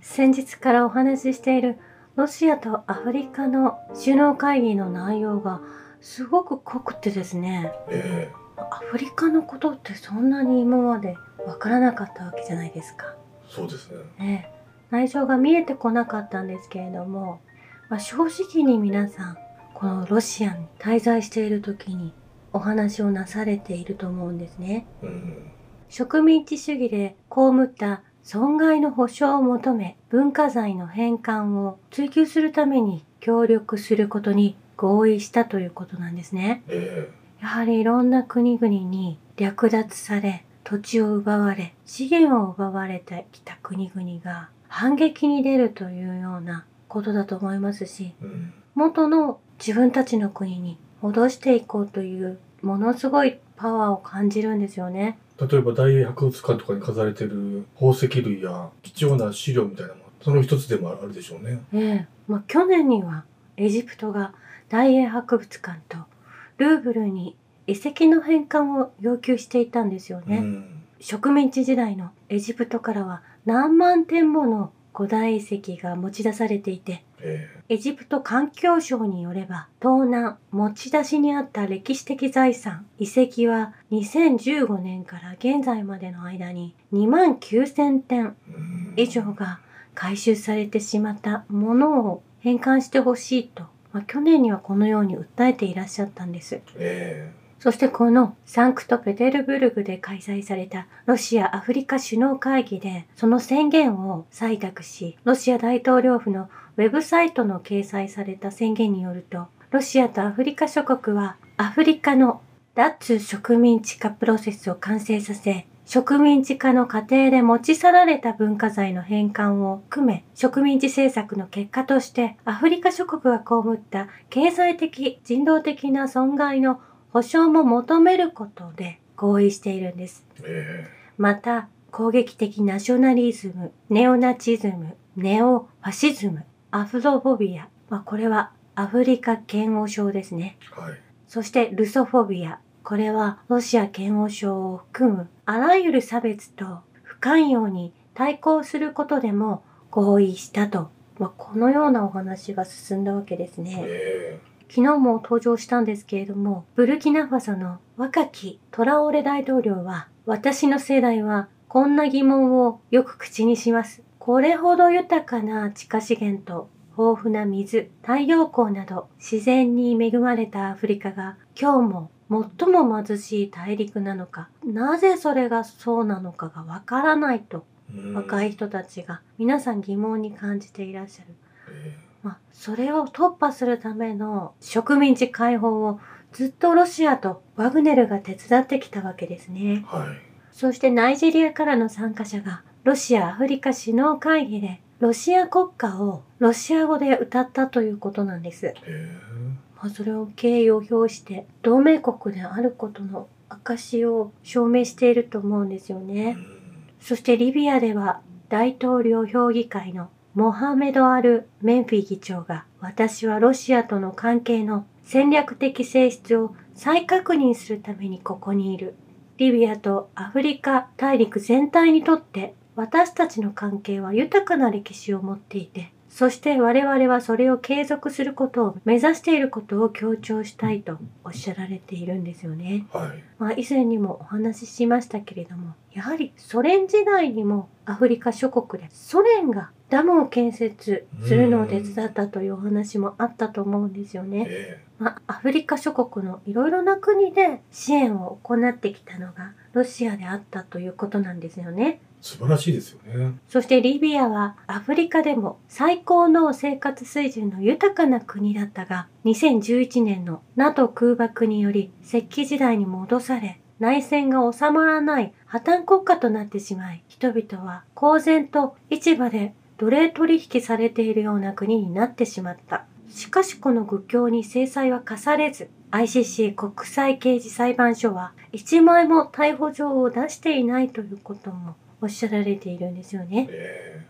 先日からお話ししているロシアとアフリカの首脳会議の内容がすごく濃くてですねええアフリカのことってそんなに今までわからなかったわけじゃないですか。そうですね。ね、内情が見えてこなかったんですけれども、まあ、正直に皆さんこのロシアに滞在している時にお話をなされていると思うんですね。うん。植民地主義で被った損害の保障を求め文化財の返還を追求するために協力することに合意したということなんですね。えやはりいろんな国々に略奪され土地を奪われ資源を奪われてきた国々が反撃に出るというようなことだと思いますしえうん。元の自分たちの国に戻していこうというものすごいパワーを感じるんですよね。例えば大英博物館とかに飾られてる宝石類や貴重な資料みたいなもの、その一つでもあるでしょうね。ええまあ、去年にはエジプトが大英博物館とルーブルに遺跡の返還を要求していたんですよね。うん。植民地時代のエジプトからは何万点もの古代遺跡が持ち出されていてえエジプト環境省によれば東南持ち出しにあった歴史的財産遺跡は2015年から現在までの間に2万9,000点えうん以上が回収されてしまったものを返還してほしいと、まあ、去年にはこのように訴えていらっしゃったんです。えそしてこのサンクトペテルブルグで開催されたロシア・アフリカ首脳会議でその宣言を採択し、ロシア大統領府のウェブサイトの掲載された宣言によると、ロシアとアフリカ諸国はアフリカの脱植民地化プロセスを完成させ、植民地化の過程で持ち去られた文化財の返還を含め、植民地政策の結果として、アフリカ諸国が被った経済的、人道的な損害の保証も求めることで合意しているんです。ええまた、攻撃的ナショナリズム、ネオナチズム、ネオファシズム、アフロフォビア、まあ、これはアフリカ嫌悪症ですね。えはい。そしてルソフォビア。これはロシア嫌悪症を含むあらゆる差別と不寛容に対抗することでも合意したと。まあ、このようなお話が進んだわけですね。え昨日も登場したんですけれども、ブルキナファソの若きトラオレ大統領は、私の世代はこんな疑問をよく口にします。これほど豊かな地下資源と豊富な水、太陽光など自然に恵まれたアフリカが今日も最も貧しい大陸なのか、なぜそれがそうなのかがわからないとえうん若い人たちが皆さん疑問に感じていらっしゃる。えまあ、それを突破するための植民地解放をずっとロシアとワグネルが手伝ってきたわけですねえ。はい。そしてナイジェリアからの参加者がロシア・アフリカ首脳会議でロシア国歌をロシア語で歌ったということなんです。えまあ、それを敬意を表して同盟国であることの証を証明していると思うんですよえねう。んそしてリビアでは大統領評議会のモハメド・アル・メンフィ議長が私はロシアとの関係の戦略的性質を再確認するためにここにいる。リビアとアフリカ大陸全体にとって私たちの関係は豊かな歴史を持っていて、そして我々はそれを継続することを目指していることを強調したいとおっしゃられているんですよね。はい。まあ、以前にもお話ししましたけれどもやはりソ連時代にもアフリカ諸国でソ連がダムを建設するのを手伝ったというお話もあったと思うんですよね。えまあ、アフリカ諸国のいろいろな国で支援を行ってきたのがロシアであったということなんですよね。え素晴らしいですよね。そしてリビアはアフリカでも最高の生活水準の豊かな国だったが2011年の NATO 空爆により石器時代に戻され内戦が収まらない破綻国家となってしまい人々は公然と市場で奴隷取引されているような国になってしまったしかしこの愚教に制裁は課されず ICC 国際刑事裁判所は一枚も逮捕状を出していないということもおっしゃられているんですよね。え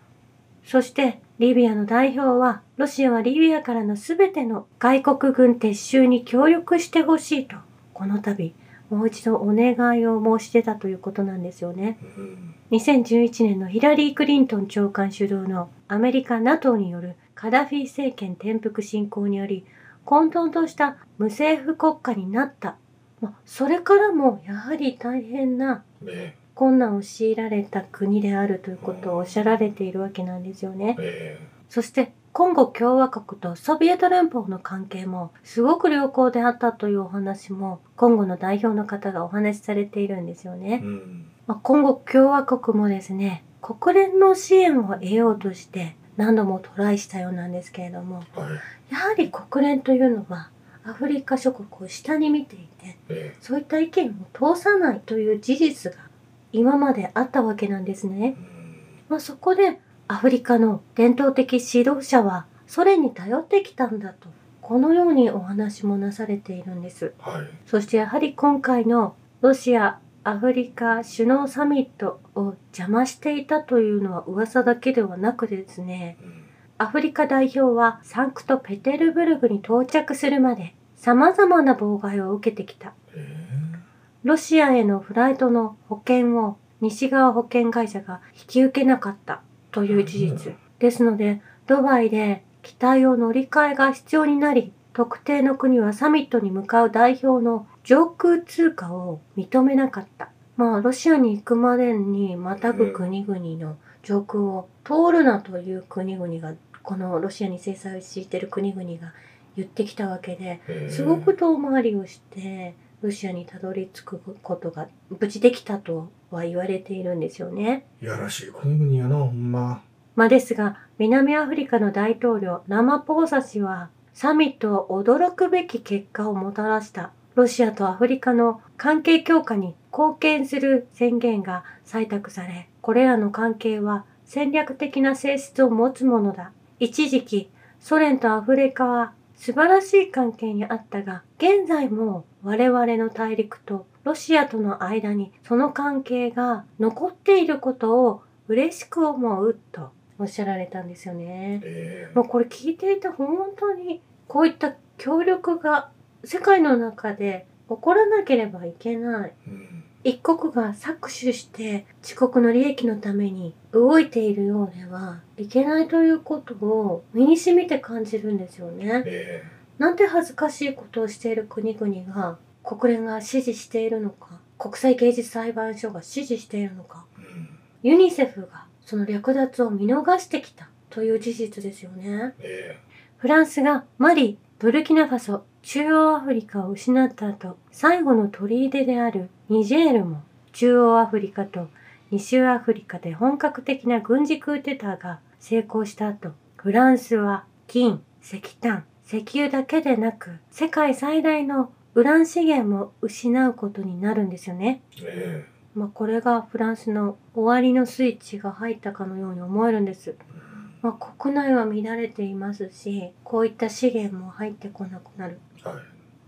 そしてリビアの代表はロシアはリビアからの全ての外国軍撤収に協力してほしいとこの度もう一度お願いを申し出たということなんですよね。うん2011年のヒラリー・クリントン長官主導のアメリカ NATO によるカダフィ政権転覆侵攻により混沌とした無政府国家になった、まあ、それからもやはり大変なね困難を強いられた国であるということをおっしゃられているわけなんですよね。えそしてコンゴ共和国とソビエト連邦の関係もすごく良好であったというお話もコンゴの代表の方がお話しされているんですよね。えうんまあ、今後共和国もですね国連の支援を得ようとして何度もトライしたようなんですけれどもはいやはり国連というのはアフリカ諸国を下に見ていてえそういった意見を通さないという事実が今まであったわけなんですねえ、うんまあ、そこでアフリカの伝統的指導者はソ連に頼ってきたんだとこのようにお話もなされているんですはいそしてやはり今回のロシア・アフリカ首脳サミットを邪魔していたというのは噂だけではなくですね、うんアフリカ代表はサンクトペテルブルグに到着するまで様々な妨害を受けてきた。えロシアへのフライトの保険を西側保険会社が引き受けなかったという事実。ですので、ドバイで機体を乗り換えが必要になり、特定の国はサミットに向かう代表の上空通過を認めなかった。まあ、ロシアに行くまでにまたぐ国々の上空を通るなという国々が、このロシアに制裁を敷いている国々が言ってきたわけで、ええすごく遠回りをしてロシアにたどり着くことが無事できたとは言われているんですよね。いやらしい国々やなほんままあ、ですが南アフリカの大統領ラマポーサ氏はサミットを驚くべき結果をもたらしたロシアとアフリカの関係強化に貢献する宣言が採択されこれらの関係は戦略的な性質を持つものだ一時期ソ連とアフリカは素晴らしい関係にあったが現在も我々の大陸とロシアとの間にその関係が残っていることを嬉しく思うとおっしゃられたんですよね。ええもうこれ聞いていて本当にこういった協力が世界の中で起こらなければいけない。うん一国が搾取して自国の利益のために動いているようではいけないということを身に染みて感じるんですよね。えなんて恥ずかしいことをしている国々が国連が支持しているのか、国際芸術裁判所が支持しているのか、えうんユニセフがその略奪を見逃してきたという事実ですよね。えフランスがマリ、ブルキナファソ、中央アフリカを失った後、最後の砦であるニジェールも中央アフリカと西アフリカで本格的な軍事クーデターが成功した後、フランスは金、石炭、石油だけでなく、世界最大のウラン資源も失うことになるんですよね。ええまあ、これがフランスの終わりのスイッチが入ったかのように思えるんです。えうんまあ、国内は乱れていますし、こういった資源も入ってこなくなる。はい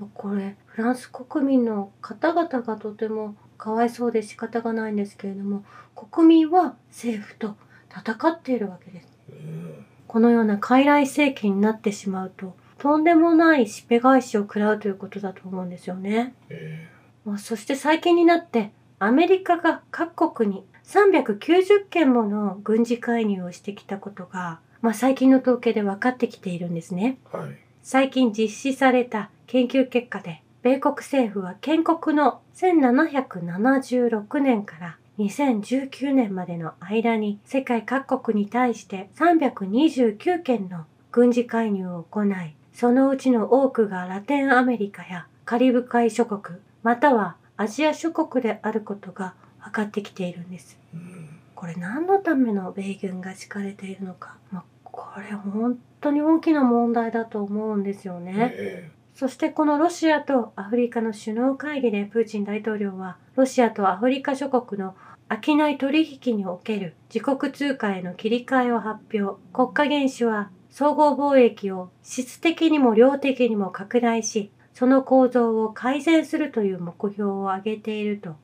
まあ、これ、フランス国民の方々がとてもかわいそうで仕方がないんですけれども、国民は政府と戦っているわけです。うんこのような傀儡政権になってしまうと、とんでもないしっぺ返しを食らうということだと思うんですよね。えまあ、そして最近になってアメリカが各国に390件もの軍事介入をしてきたことが、まあ、最近の統計で分かってきているんですね。えはい最近実施された研究結果で、米国政府は建国の1776年から2019年までの間に世界各国に対して329件の軍事介入を行い、そのうちの多くがラテンアメリカやカリブ海諸国、またはアジア諸国であることが分かってきているんです。うんこれ何のための米軍が敷かれているのか、まあ、これ本当に大きな問題だと思うんですよね。えそしてこのロシアとアフリカの首脳会議でプーチン大統領はロシアとアフリカ諸国の商い取引における自国通貨への切り替えを発表国家元首は総合貿易を質的にも量的にも拡大しその構造を改善するという目標を挙げていると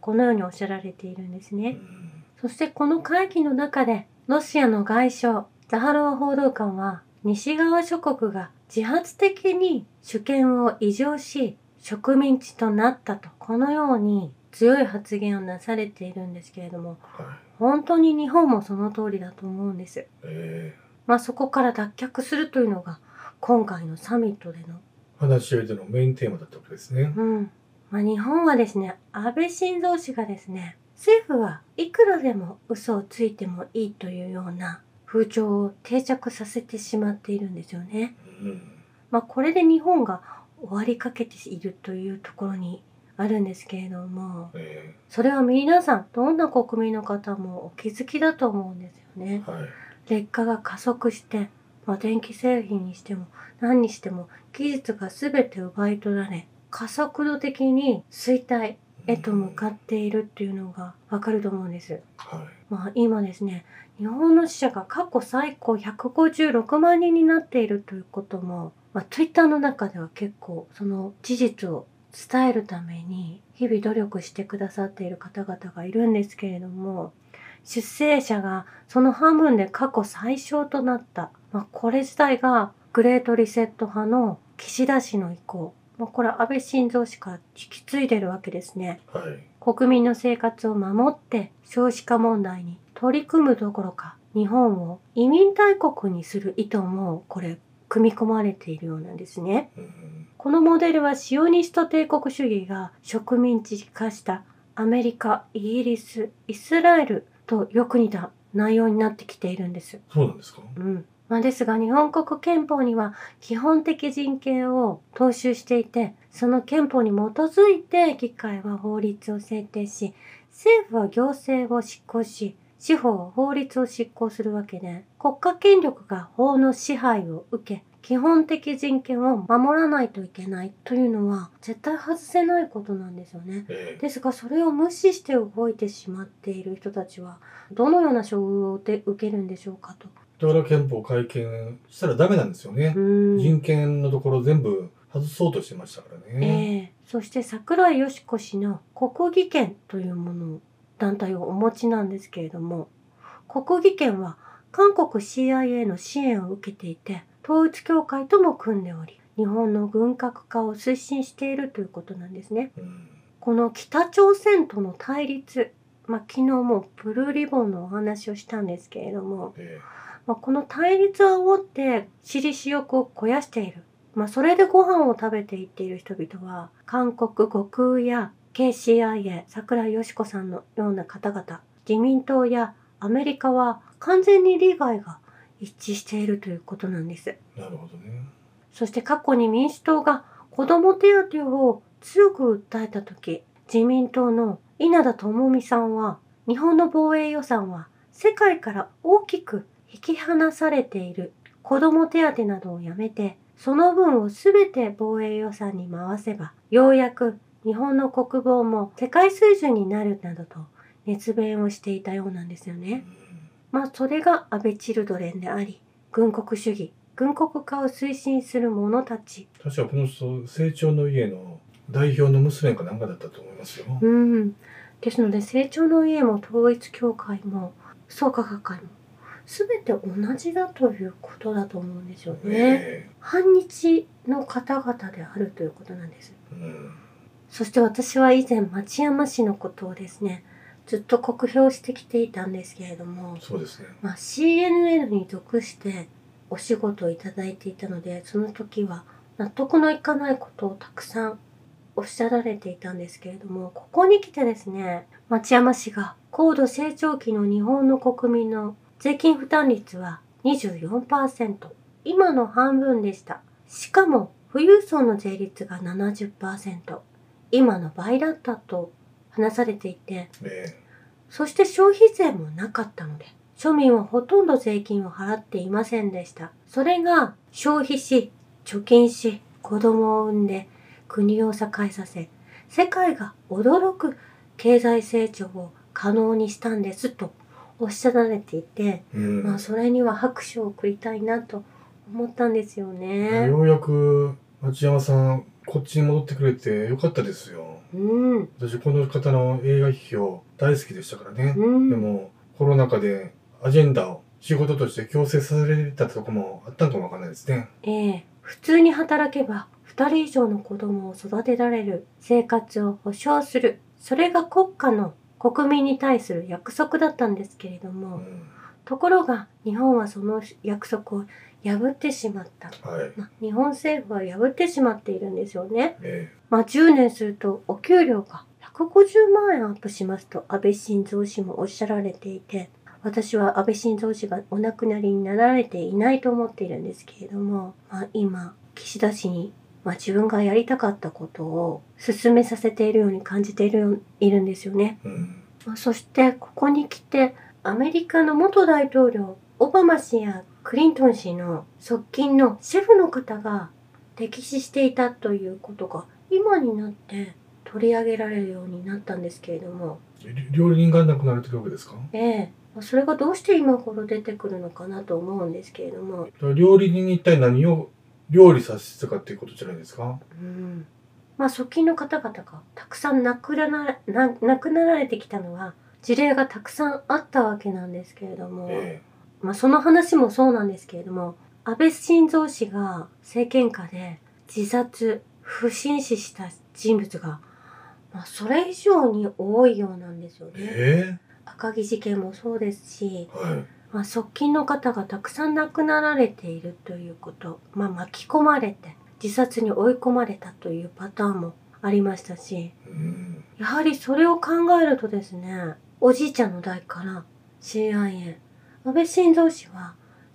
このようにおっしゃられているんですねえ。うんそしてこの会議の中で、ロシアの外相、ザハロワ報道官は、西側諸国が自発的に主権を移譲し、植民地となったとこのように強い発言をなされているんですけれどもはい。本当に日本もその通りだと思うんです。ええまあ、そこから脱却するというのが今回のサミットでの、話し合いでのメインテーマだったわけですね。うんまあ、日本はですね安倍晋三氏がですね政府はいくらでも嘘をついてもいいというような風潮を定着させてしまっているんですよね。うん。まあ、これで日本が終わりかけているというところにあるんですけれどもえそれは皆さんどんな国民の方もお気づきだと思うんですよねえ。はい。劣化が加速して、まあ、電気製品にしても何にしても技術が全て奪い取られ加速度的に衰退へと向かっっているっていうのがわかると思うんです。はい。まあ、今ですね日本の死者が過去最高156万人になっているということも、まあ、Twitter の中では結構その事実を伝えるために日々努力してくださっている方々がいるんですけれども出生者がその半分で過去最小となった、まあ、これ自体がグレートリセット派の岸田氏の意向、まあ、これは安倍晋三氏から引き継いでるわけですね。はい。国民の生活を守って少子化問題に取り組むどころか日本を移民大国にする意図もこれ組み込まれているようなんですね。うん。このモデルはシオニスト帝国主義が植民地化したアメリカ、イギリス、イスラエルとよく似た内容になってきているんです。そうなんですかうんまあ、ですが日本国憲法には基本的人権を踏襲していてその憲法に基づいて議会は法律を制定し政府は行政を執行し司法は法律を執行するわけで国家権力が法の支配を受け基本的人権を守らないといけないというのは絶対外せないことなんですよね。ええですがそれを無視して動いてしまっている人たちはどのような処遇を受けるんでしょうかと。だから憲法改憲したらダメなんですよねう。ーん人権のところ全部外そうとしてましたからええね。そして桜井よし子氏の国技研というものを団体をお持ちなんですけれども国技研は韓国 CIA の支援を受けていて統一教会とも組んでおり日本の軍拡化を推進しているということなんですね。うん。この北朝鮮との対立、まあ、昨日もブルーリボンのお話をしたんですけれども、えまあ、この対立を煽って私利私欲を肥やしている、まあ、それでご飯を食べていっている人々は韓国極右や KCIA 桜井よし子さんのような方々自民党やアメリカは完全に利害が一致しているということなんです。えなるほどね。そして過去に民主党が子ども手当を強く訴えた時自民党の稲田朋美さんは日本の防衛予算は世界から大きく引き離されている子ども手当などをやめてその分を全て防衛予算に回せばようやく日本の国防も世界水準になるなどと熱弁をしていたようなんですよね。うんまあそれが安倍チルドレンであり軍国主義軍国化を推進する者たち確かこの人、成長の家の代表の娘かなんかだったと思いますよ。うんですので成長の家も統一教会も創価学会も全て同じだということだと思うんですよねえ反日の方々であるということなんですえうん。そして私は以前町山市のことをですねずっと酷評してきていたんですけれどもそうですね。まあ、CNN に属してお仕事をいただいていたのでその時は納得のいかないことをたくさんおっしゃられていたんですけれどもここに来てですね町山市が高度成長期の日本の国民の税金負担率は24%今の半分でしたしかも富裕層の税率が70%今の倍だったと話されていてえそして消費税もなかったので、庶民はほとんど税金を払っていませんでした。それが消費し、貯金し、子供を産んで、国を栄えさせ、世界が驚く経済成長を可能にしたんですとおっしゃられていて、えうん。まあそれには拍手を送りたいなと思ったんですよね。ようやく町山さんこっちに戻ってくれてよかったですようん。私この方の映画批評大好きでしたからね、うでん。もコロナ禍でアジェンダを仕事として強制されたとこもあったんかもわかんないですねええ普通に働けば、普2人以上の子供を育てられる生活を保障するそれが国家の国民に対する約束だったんですけれどうもんところが日本はその約束を破ってしまった、はい。まあ日本政府は破ってしまっているんですよね、えまあ、10年するとお給料が150万円アップしますと安倍晋三氏もおっしゃられていて私は安倍晋三氏がお亡くなりになられていないと思っているんですけれども、まあ、今岸田氏に、まあ、自分がやりたかったことを進めさせているように感じているいるんですよね。えうん。まあそしてここに来てアメリカの元大統領オバマ氏やクリントン氏の側近のシェフの方が敵視していたということが今になって取り上げられるようになったんですけれども、り料理人が亡くなられてるわけですかええまあそれがどうして今頃出てくるのかなと思うんですけれども、だから料理人に一体何を料理させたかっていうことじゃないですかうん、まあ側近の方々がたくさん亡くならな亡くなられてきたのは事例がたくさんあったわけなんですけれども。えまあ、その話もそうなんですけれども安倍晋三氏が政権下で自殺不審死した人物が、まあ、それ以上に多いようなんですよえ。ね。え赤城事件もそうですしえ、はい。まあ、側近の方がたくさん亡くなられているということ、まあ、巻き込まれて自殺に追い込まれたというパターンもありましたしうん。やはりそれを考えるとですね、おじいちゃんの代から CIA、安倍晋三氏は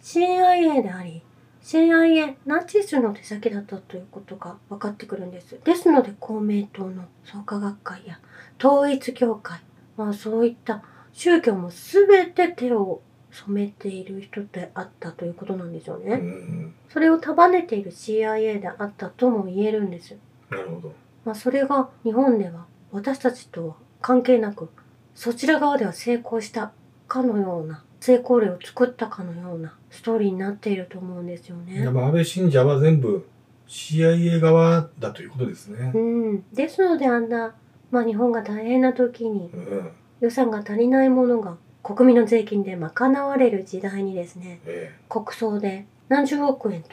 CIA であり、CIA ナチスの手先だったということが分かってくるんです。ですので公明党の創価学会や統一教会、まあそういった宗教も全て手を染めている人であったということなんですようね。ん。それを束ねている CIA であったとも言えるんです。なるほど。まあ、それが日本では私たちとは関係なくそちら側では成功したかのような成功例を作ったかのようなストーリーになっていると思うんですよいやね。まあ安倍信者は全部 CIA 側だということですねう。ん、ですのであんな、まあ、日本が大変な時にうん。予算が足りないものが国民の税金で賄われる時代にですねえ国葬で何十億円と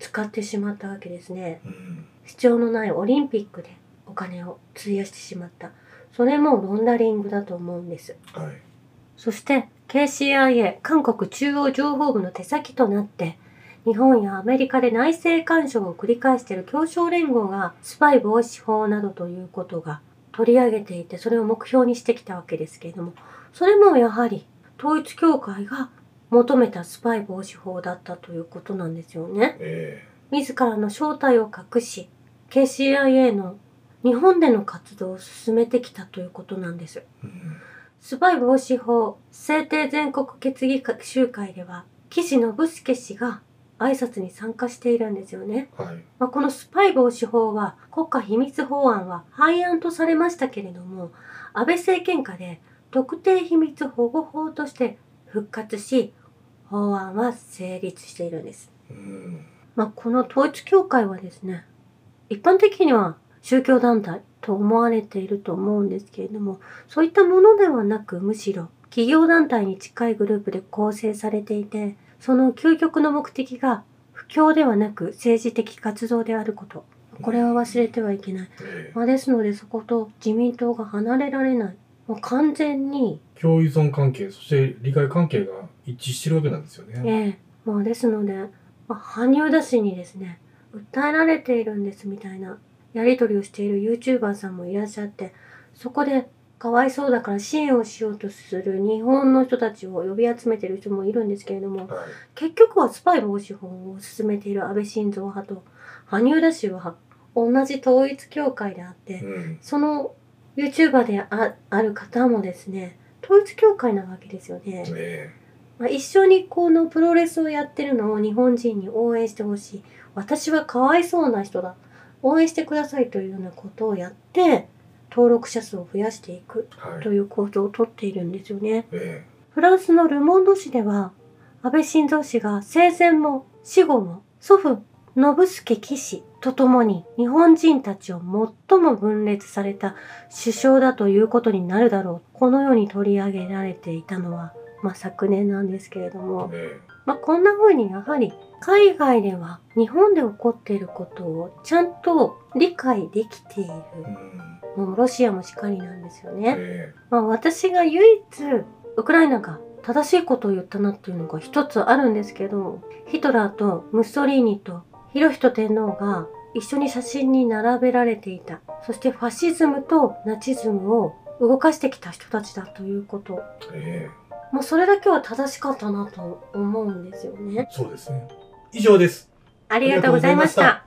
使ってしまったわけですね。え。うん。必要のないオリンピックでお金を費やしてしまったそれもロンダリングだと思うんです。はい。そして KCIA 韓国中央情報部の手先となって日本やアメリカで内政干渉を繰り返している協商連合がスパイ防止法などということが取り上げていてそれを目標にしてきたわけですけれどもそれもやはり統一教会が求めたスパイ防止法だったということなんですよね。え自らの正体を隠し KCIA の日本での活動を進めてきたということなんです。え。うん。スパイ防止法制定全国決議集会では岸信介氏が挨拶に参加しているんですよね、はい。まあ、このスパイ防止法は国家秘密法案は廃案とされましたけれども安倍政権下で特定秘密保護法として復活し法案は成立しているんですうん。まあ、この統一教会はですね一般的には宗教団体と思われていると思うんですけれどもそういったものではなくむしろ企業団体に近いグループで構成されていてその究極の目的が不況ではなく政治的活動であることこれは忘れてはいけない、ええ。まあ、ですのでそこと自民党が離れられないもう完全に共依存関係、そして利害関係が一致してるわけなんですよね。ええ、まあですので、まあ、羽生田氏にですね訴えられているんですみたいなやり取りをしている YouTuber さんもいらっしゃってそこでかわいそうだから支援をしようとする日本の人たちを呼び集めている人もいるんですけれどもはい。結局はスパイ防止法を進めている安倍晋三派と羽生田氏は同じ統一教会であってうん。その YouTuber であある方もですね統一教会なわけですよね。えまあ、一緒にこのプロレスをやってるのを日本人に応援してほしい私はかわいそうな人だ応援してくださいというようなことをやって登録者数を増やしていくえ。はいと。いう行動をとっているんですよねえフランスのルモンド紙では安倍晋三氏が生前も死後も祖父信介騎士と共に日本人たちを最も分裂された首相だということになるだろうこのように取り上げられていたのはまあ、昨年なんですけれども、ねまあ、こんな風にやはり海外では日本で起こっていることをちゃんと理解できているうんもうロシアもしかりなんですよね。ねまあ、私が唯一ウクライナが正しいことを言ったなっていうのが一つあるんですけどヒトラーとムッソリーニとヒ人天皇が一緒に写真に並べられていたそしてファシズムとナチズムを動かしてきた人たちだということねもうそれだけは正しかったなと思うんですよね。そうですね以上ですありがとうございましありがとうございましたた。